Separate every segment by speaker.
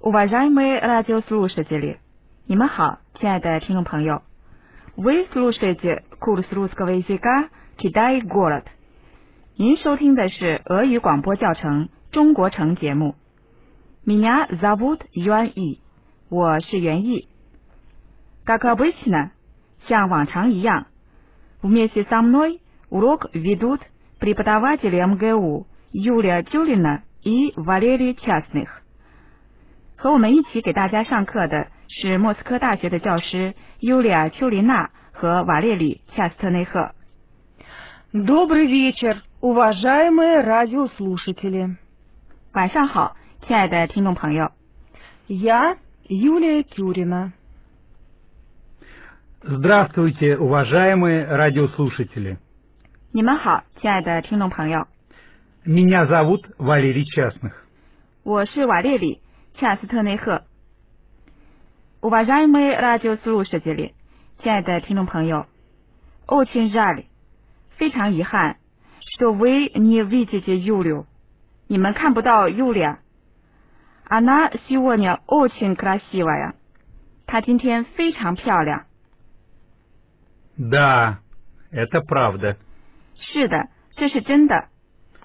Speaker 1: уважаемые радиослушатели. 你们好，亲爱的听众朋友。Вы слушаете курс русского языка «Китай город». 您收听的是俄语广播教程《中国城》节目。Меня зовут Юан И，我是袁毅。Как обычно，像往常一样，вместе со мной урок ведут преподаватели МГУ Юлия Тюлина и Валерий Частных。和我们一起给大家上课的是莫斯科大学的教师尤利亚·丘林娜和瓦列里·恰斯特内赫。
Speaker 2: Добрый вечер, уважаемые радиослушатели.
Speaker 1: 晚上好，亲爱的听众朋友。
Speaker 2: Я Юлия Тюрина.
Speaker 3: Здравствуйте, уважаемые радиослушатели.
Speaker 1: 你们好，亲爱的听众朋友，
Speaker 3: Меня зовут Валерий Частных.
Speaker 1: 我是瓦列里·恰斯特内赫。Уважаемые радиослушатели，亲爱的听众朋友，очень жаль，非常遗憾，что вы не видите Юлю，你们看不到啊 Юля。Она сегодня очень красивая，她今天非常漂亮。
Speaker 3: Да, это правда.
Speaker 1: 是的，这是真的。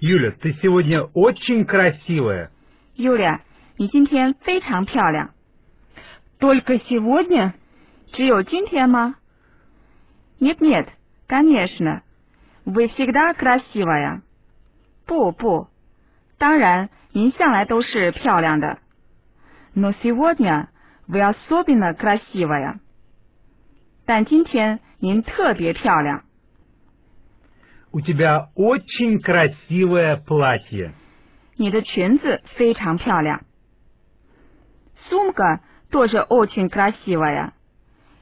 Speaker 3: Юля, ты сегодня очень красивая.
Speaker 1: Yulia，你啊今天非常漂亮。
Speaker 2: Только сегодня
Speaker 1: 只有今天吗？Нет, нет, конечно. Вы всегда красивая. 不不，当然，您向来都是漂亮的。Но сегодня вы особенно красивая. 但今天您特别漂亮。
Speaker 3: У тебя очень красивое платье.
Speaker 1: 你的裙子非常漂亮。Сумка тоже очень красивая.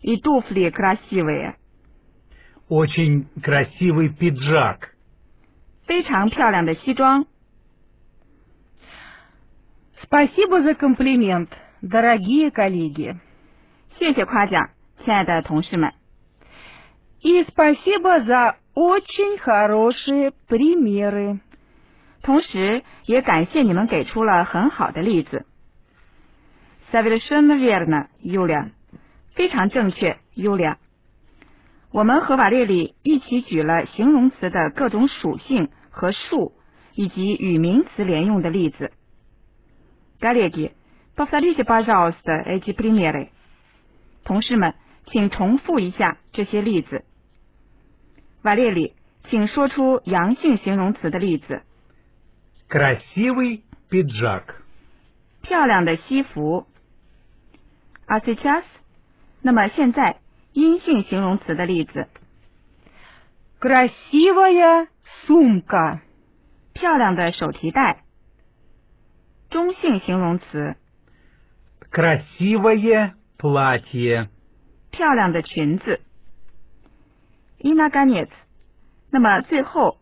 Speaker 1: И туфли красивые，
Speaker 3: Очень красивый пиджак.
Speaker 1: 非常漂亮的西装。
Speaker 2: спасибо за комплимент, дорогие коллеги.
Speaker 1: 谢谢夸奖，亲爱的同事们，
Speaker 2: И спасибо за очень хорошие примеры.
Speaker 1: 同时也感谢你们给出了很好的例子。Совершенно верно, Юля，非常正确，Юля。我们和瓦列里一起举了形容词的各种属性和数，以及与名词连用的例子。Коллеги, повторите, пожалуйста, эти примеры。同事们，请重复一下这些例子。瓦列里，请说出阳性形容词的例子。
Speaker 3: Красивый пиджак.
Speaker 1: 漂亮的西服。А сейчас，那么现在阴性形容词的例子，
Speaker 2: Красивая сумка.
Speaker 1: 漂亮的手提袋。中性形容词，
Speaker 3: Красивое платье.
Speaker 1: 漂亮的裙子。i n a g a n e t 那么最后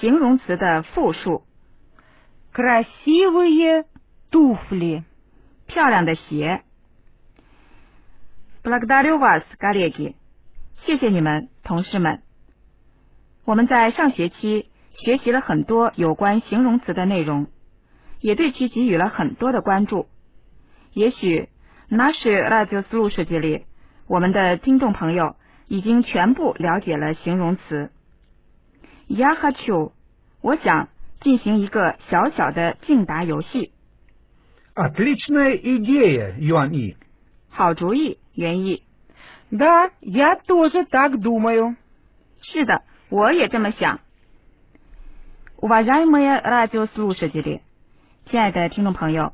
Speaker 1: 形容词的复数，
Speaker 2: Красивые туфли.
Speaker 1: 漂亮的鞋。Благодарю вас, коллеги，谢谢你们，同事们。我们在上学期学习了很多有关形容词的内容，也对其给予了很多的关注。也许 наши радиослушатели，我们的听众朋友已经全部了解了形容词。Я хочу，我想进行一个小小的竞答游戏。
Speaker 3: Отличная идея, Юан И.
Speaker 1: 好主意，原意
Speaker 2: Да, я тоже так думаю.
Speaker 1: 是的，我也这么想。Уважаемые радиослушатели，亲爱的听众朋友，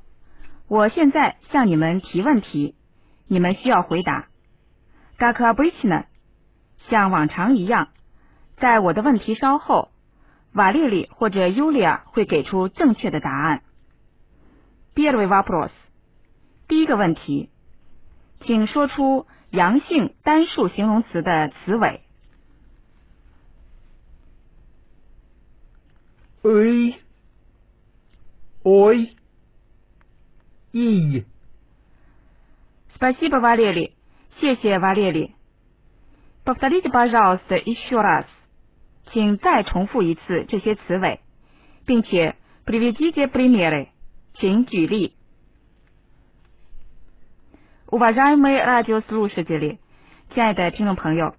Speaker 1: 我现在向你们提问题，你们需要回答。Как обычно，像往常一样，在我的问题稍后，瓦列里或者尤利亚会给出正确的答案。Первый вопрос，第一个问题请说出阳性单数形容词的词尾。
Speaker 3: Ой, ой, и.
Speaker 1: Спасибо, Валерий. 谢谢, Валерий. Повторите, пожалуйста, еще раз. 请再重复一次这些词尾，并且 приведите примеры. 请举例. Уважаемые радиослушатели, 亲爱的听众朋友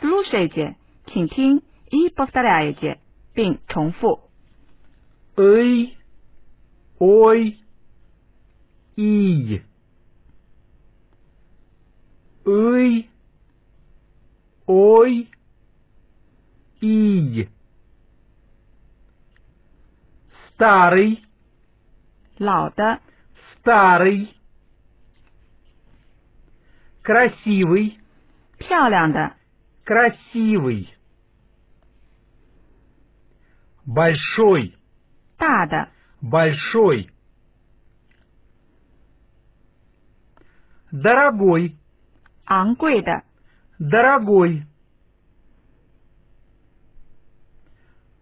Speaker 1: ，слушайте，请听и повторяйте，并重复。
Speaker 3: Ой, ой, и. Ой, ой, и. Старый,
Speaker 1: 老的
Speaker 3: старый. Красивый,
Speaker 1: 漂亮的，
Speaker 3: красивый. Большой,
Speaker 1: 大的，
Speaker 3: большой. Дорогой,
Speaker 1: 昂贵的，
Speaker 3: дорогой.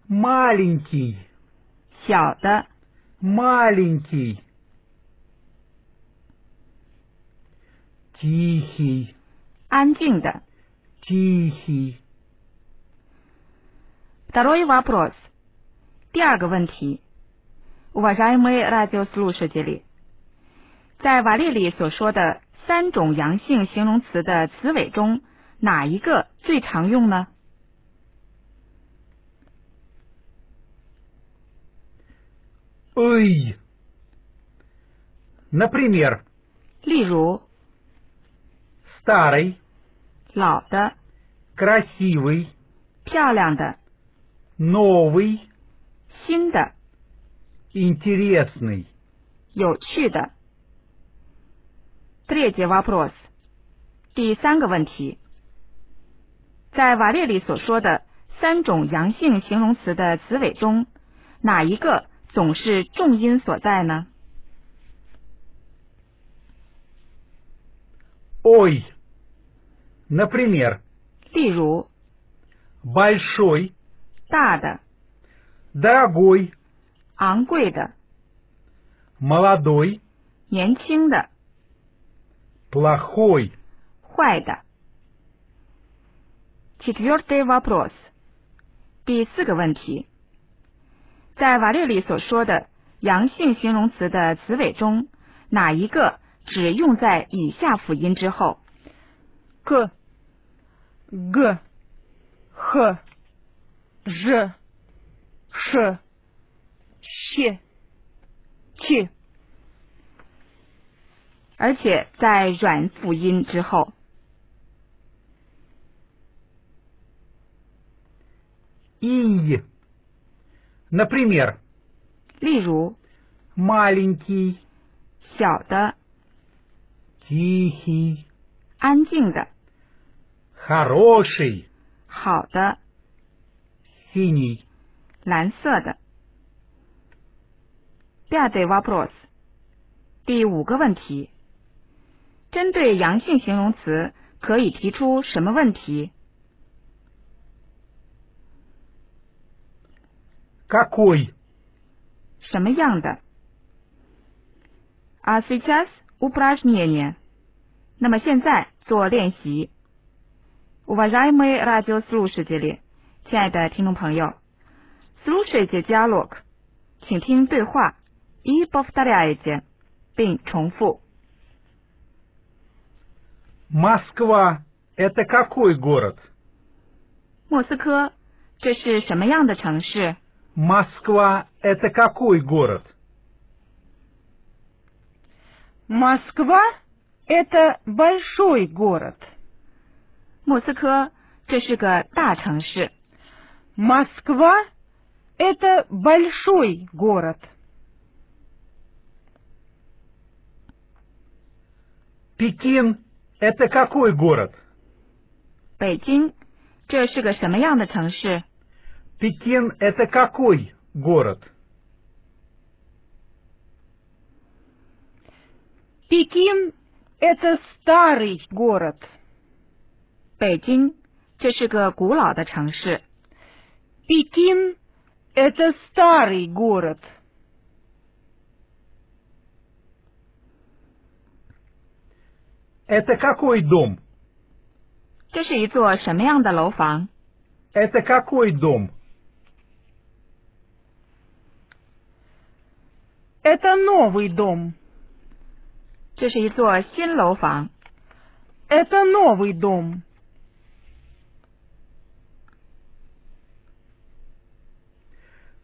Speaker 3: Маленький,
Speaker 1: 小的，
Speaker 3: маленький. Тихий,
Speaker 1: 安静的。
Speaker 3: тихий.
Speaker 1: Второй вопрос. 第二个问题，Уважаемые радиослушатели，在瓦列里所说的三种阳性形容词的词尾中，哪一个最常用呢？
Speaker 3: Ой. Например,
Speaker 1: 例如，
Speaker 3: старый,
Speaker 1: 老的、
Speaker 3: красивый,
Speaker 1: 漂亮的、
Speaker 3: новый,
Speaker 1: 新的、
Speaker 3: интересный.
Speaker 1: 有趣的。Третий вопрос. 第三个问题，在瓦列里所说的三种阳性形容词的词尾中，哪一个总是重音所在呢？
Speaker 3: Ой. Например,
Speaker 1: 例如，
Speaker 3: большой,
Speaker 1: 大的、
Speaker 3: дорогой,
Speaker 1: 昂贵的、
Speaker 3: молодой,
Speaker 1: 年轻的、
Speaker 3: плохой.
Speaker 1: 坏的。Четвертый вопрос. 第四个问题，在瓦列里所说的阳性形容词的词尾中，哪一个只用在以下辅音之后？
Speaker 2: К, Г, Х, Ж, Ш, Щ, Ч.
Speaker 1: 而且在软辅音之后。
Speaker 3: И. Например,
Speaker 1: 例如，
Speaker 3: маленький,
Speaker 1: 小的、
Speaker 3: тихий,
Speaker 1: 安静的、
Speaker 3: хороший,
Speaker 1: 好的、
Speaker 3: синий.
Speaker 1: 蓝色的。Пятый вопрос. 第五个问题，针对阳性形容词可以提出什么问题？
Speaker 3: Какой?
Speaker 1: 什么样的？А сейчас упражнение. 那么现在做练习。Уважаемые радиослушатели，亲爱的听众朋友，слушайте диалог，请听对话，и повторяйте，并重复。
Speaker 3: Москва. Это какой город?
Speaker 1: 莫斯科，这是什么样的城市？
Speaker 3: Москва. Это какой город?
Speaker 2: Москва – это большой город.
Speaker 1: 莫斯科，这是个大城市。
Speaker 2: Москва – это большой город.
Speaker 3: Пекин. Это какой город?
Speaker 1: 北京，这是个什么样的城市？
Speaker 3: Пекин – это какой город?
Speaker 2: Пекин – Это старый город.
Speaker 1: 北京，这是个古老的城市。
Speaker 2: Пекин — это старый город.
Speaker 3: 这какой дом?
Speaker 1: 这是一座什么样的楼房？
Speaker 3: Это какой дом?
Speaker 2: Это новый дом.
Speaker 1: 这是一座新楼房。
Speaker 2: Это новый дом.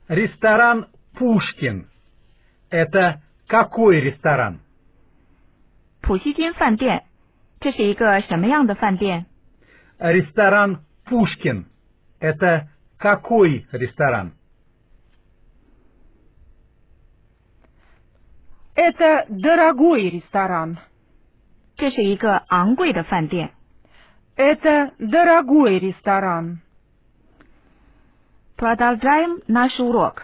Speaker 3: Ресторан Пушкин. Это какой ресторан?
Speaker 1: 普希金饭店，这是一个什么样的饭店？
Speaker 3: Ресторан Пушкин. Это какой ресторан?
Speaker 2: Это дорогой ресторан.
Speaker 1: 这是一个昂贵的饭店。
Speaker 2: Это дорогой ресторан.
Speaker 1: Продолжаем наш урок.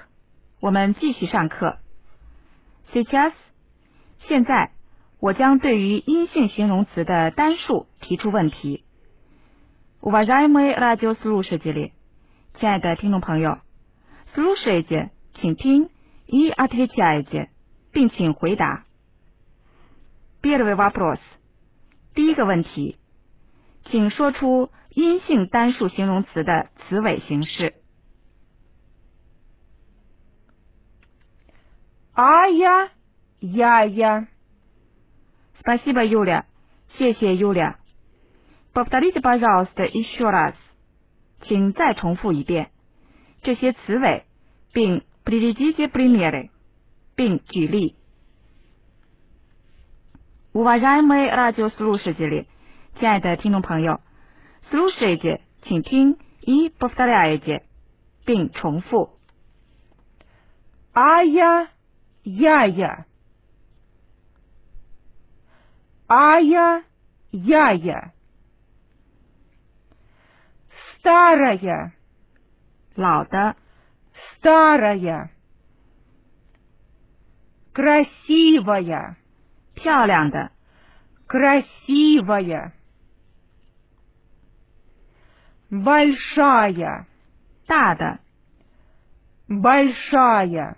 Speaker 1: 我们继续上课。Сейчас，现在，我将对于阴性形容词的单数提出问题。Уважаемые радиослушатели，亲爱的听众朋友，слушайте，请听，и отвечайте，并请回答。Первый вопрос，第一个问题，请说出阴性单数形容词的词尾形式。
Speaker 2: Ая, яя.
Speaker 1: Спасибо, Юля. 谢谢, Юля. Повторите, пожалуйста, еще раз. 请再重复一遍这些词尾，并 приведите примеры，并举例。Уважаемые радиослушатели，亲爱的听众朋友，слушайте，请听，и повторяйте，并重复。
Speaker 2: Ая, яя. Ая, яя. Старая,
Speaker 1: 老的，
Speaker 2: старая. Красивая,
Speaker 1: 漂亮的，
Speaker 2: красивая. Большая,
Speaker 1: 大的，
Speaker 2: большая.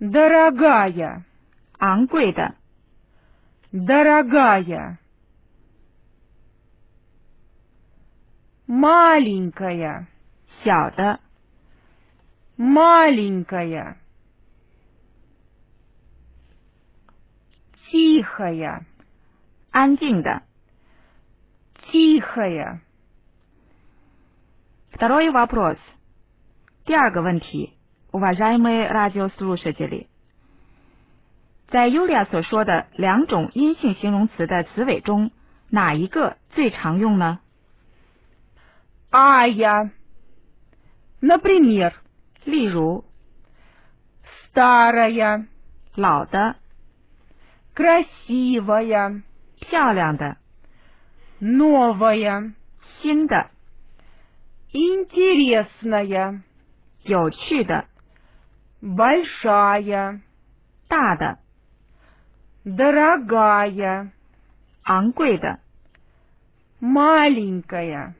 Speaker 2: Дорогая,
Speaker 1: 昂贵的，
Speaker 2: дорогая. Маленькая,
Speaker 1: 小的，
Speaker 2: маленькая. Тихая,
Speaker 1: 安静的。
Speaker 2: тихая.
Speaker 1: Второй вопрос. 第二个问题，уважаемые радиослушатели，在 Юлия 所说的两种阴性形容词的词尾中，哪一个最常用呢？
Speaker 2: Ая. Например,
Speaker 1: 例如，
Speaker 2: старая,
Speaker 1: 老的、
Speaker 2: красивая,
Speaker 1: 漂亮的、
Speaker 2: новая,
Speaker 1: 新的、
Speaker 2: интересная,
Speaker 1: 有趣的、
Speaker 2: большая,
Speaker 1: 大的、
Speaker 2: дорогая,
Speaker 1: 昂贵的、
Speaker 2: маленькая,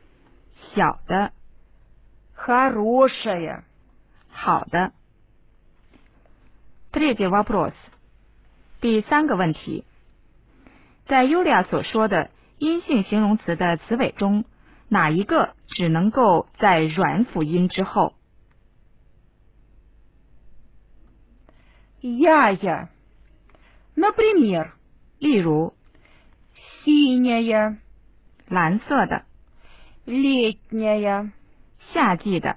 Speaker 1: 小的、
Speaker 2: хорошая.
Speaker 1: 好的。Третий вопрос. 第三个问题，在 Юлия 所说的阴性形容词的词尾中，哪一个只能够在软辅音之后？
Speaker 2: Яя. Например,
Speaker 1: 例如，
Speaker 2: синяя,
Speaker 1: 蓝色的、
Speaker 2: летняя.
Speaker 1: 夏季的。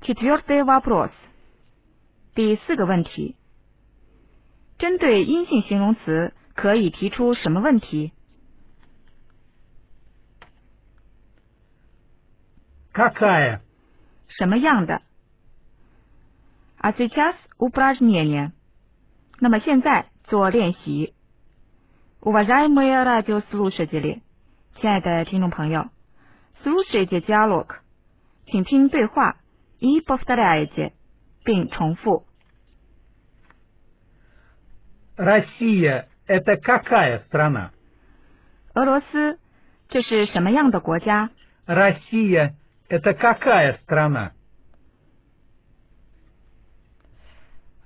Speaker 1: Четвертый вопрос. 第四个问题，针对阴性形容词可以提出什么问题？
Speaker 3: Какая?
Speaker 1: 什么样的。А 啊 сейчас упражнение. 那么现在做练习。Уважаемые радиослушатели，亲爱的听众朋友，слушайте диалог，请听对话，и повторяйте，并重复。
Speaker 3: Россия – это какая страна?
Speaker 1: 俄罗斯，这是什么样的国家？
Speaker 3: Россия – это какая страна?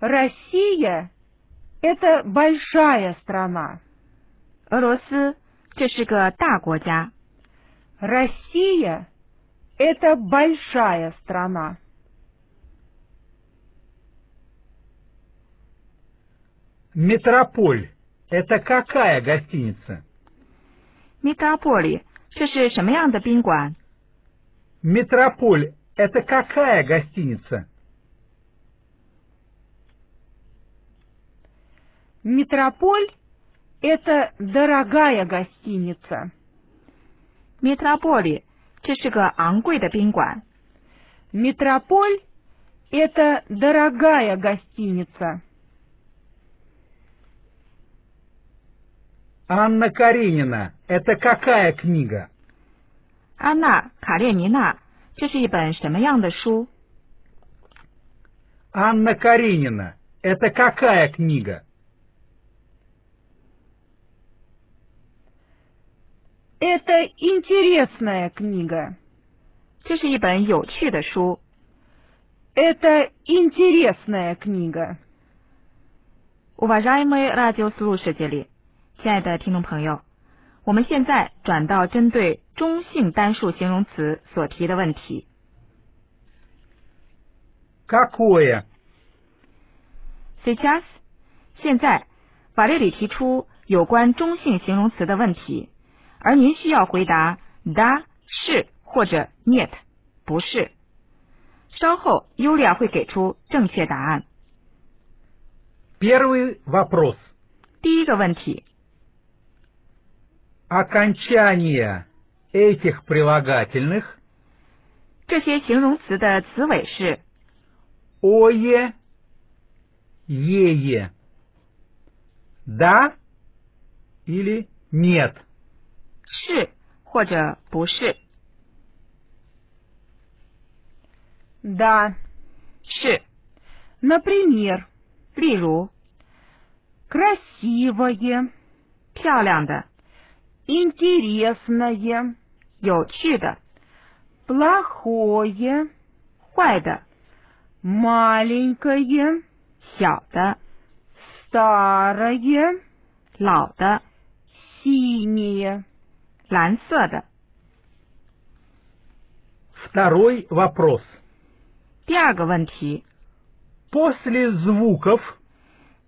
Speaker 2: Россия — это большая страна.
Speaker 1: 俄罗斯，这是个大国家。
Speaker 2: Россия — это большая страна.
Speaker 3: Метрополь – это какая гостиница?
Speaker 1: 米高波里，这是什么样的宾馆？
Speaker 3: Метрополь – это какая гостиница?
Speaker 2: Метрополь — это дорогая гостиница.
Speaker 1: 米特拉波里，这是个昂贵的宾馆。
Speaker 2: Метрополь — это дорогая гостиница.
Speaker 3: Анна Каренина – это какая книга?
Speaker 1: 安娜·卡列尼娜，这是一本什么样的书？
Speaker 3: Анна Каренина – это какая книга?
Speaker 2: Это интересная книга.
Speaker 1: 这是一本有趣的书。
Speaker 2: Это интересная книга.
Speaker 1: Уважаемые радиослушатели，亲爱的听众朋友，我们现在转到针对中性单数形容词所提的问题。
Speaker 3: Какое?
Speaker 1: Сейчас，现在，瓦列里提出有关中性形容词的问题，而您需要回答 да 是或者 нет 不是。稍后，尤利亚会给出正确答案。
Speaker 3: Первый вопрос.
Speaker 1: 第一个问题，
Speaker 3: Окончание этих прилагательных
Speaker 1: 这些形容词的词尾是
Speaker 3: ое, ее. Да или нет?
Speaker 1: 是或者不是，
Speaker 2: Да.
Speaker 1: 是。
Speaker 2: Например,
Speaker 1: 例如，
Speaker 2: красивое,
Speaker 1: 漂亮的、
Speaker 2: интересное,
Speaker 1: 有趣的、
Speaker 2: плохое,
Speaker 1: 坏的、
Speaker 2: маленькое,
Speaker 1: 小的、
Speaker 2: старое,
Speaker 1: 老的、
Speaker 2: синее.
Speaker 1: 蓝色的。
Speaker 3: Второй вопрос.
Speaker 1: 第二个问题，
Speaker 3: После звуков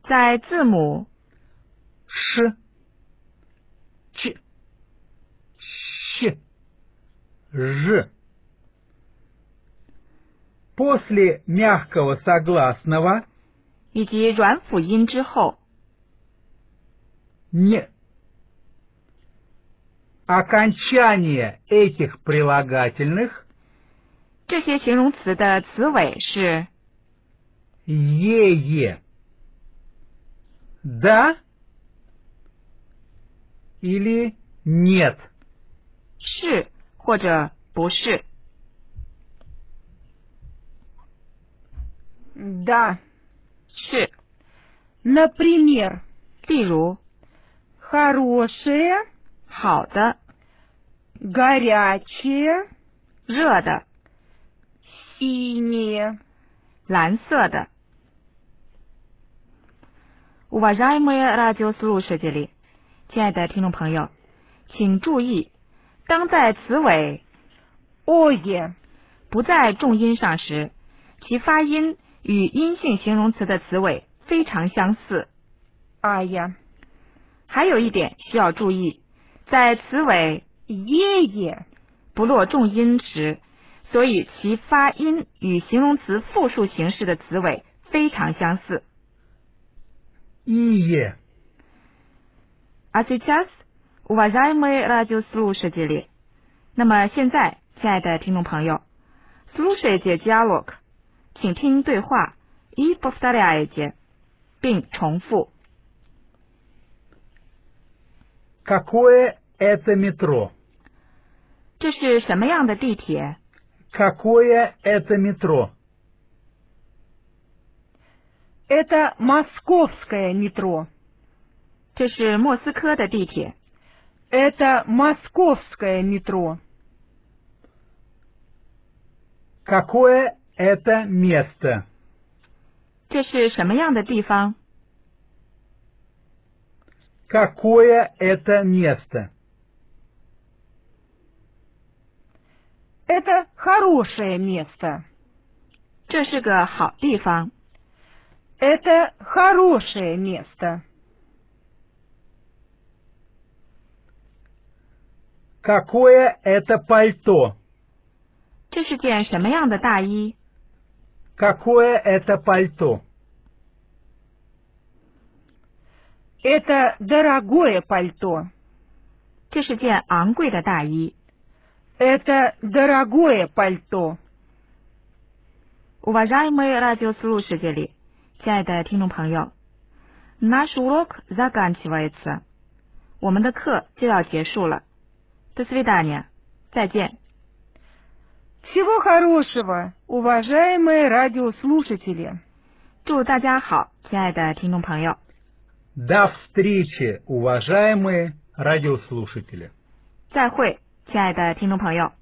Speaker 1: 在字母
Speaker 3: ш, ч, щ, ж. После мягкого согласного
Speaker 1: 以及软辅音之后，
Speaker 3: не. Окончание этих прилагательных
Speaker 1: 这些形容词的词尾是
Speaker 3: е-е. Да или нет.
Speaker 1: 是或者不是。
Speaker 2: Да.
Speaker 1: 是，
Speaker 2: Например,
Speaker 1: 例如
Speaker 2: хорошее,
Speaker 1: 好的、
Speaker 2: горячее,
Speaker 1: 热的、
Speaker 2: синее.
Speaker 1: 蓝色的。Уважаемые радиослушатели，亲爱的听众朋友，请注意，当在词尾
Speaker 2: Ое.
Speaker 1: 不在重音上时，其发音与阴性形容词的词尾非常相似。
Speaker 2: Ая.
Speaker 1: 还有一点需要注意，在词尾
Speaker 2: Ее.
Speaker 1: 不落重音时，所以其发音与形容词复数形式的词尾非常相似。
Speaker 3: Ие.
Speaker 1: А сейчас, уважаемые радиослушатели，那么现在，亲爱的听众朋友，слушайте диалог，请听对话一 повторяйте，并重复。
Speaker 3: Какое это метро?
Speaker 1: 这是什么样的地铁？
Speaker 3: Какое это метро?
Speaker 2: Это московское метро.
Speaker 1: 这是莫斯科的地铁。
Speaker 2: Это московское метро.
Speaker 3: Какое это место?
Speaker 1: 这是什么样的地方？
Speaker 3: Какое это место?
Speaker 2: Это хорошее место.
Speaker 1: 这是个好地方。
Speaker 2: Это хорошее место.
Speaker 3: Какое это пальто?
Speaker 1: 这是件什么样的大衣？
Speaker 3: Какое это пальто?
Speaker 2: Это дорогое пальто.
Speaker 1: 这是件昂贵的大衣。
Speaker 2: Это дорогое пальто.
Speaker 1: Уважаемые радиослушатели，亲爱的听众朋友，наш урок заканчивается，我们的课就要结束了。До свидания，再见。
Speaker 2: Всего хорошего, уважаемые радиослушатели.
Speaker 1: 祝大家好，亲爱的听众朋友，
Speaker 3: До встречи, уважаемые радиослушатели.
Speaker 1: 再会，亲爱的听众朋友。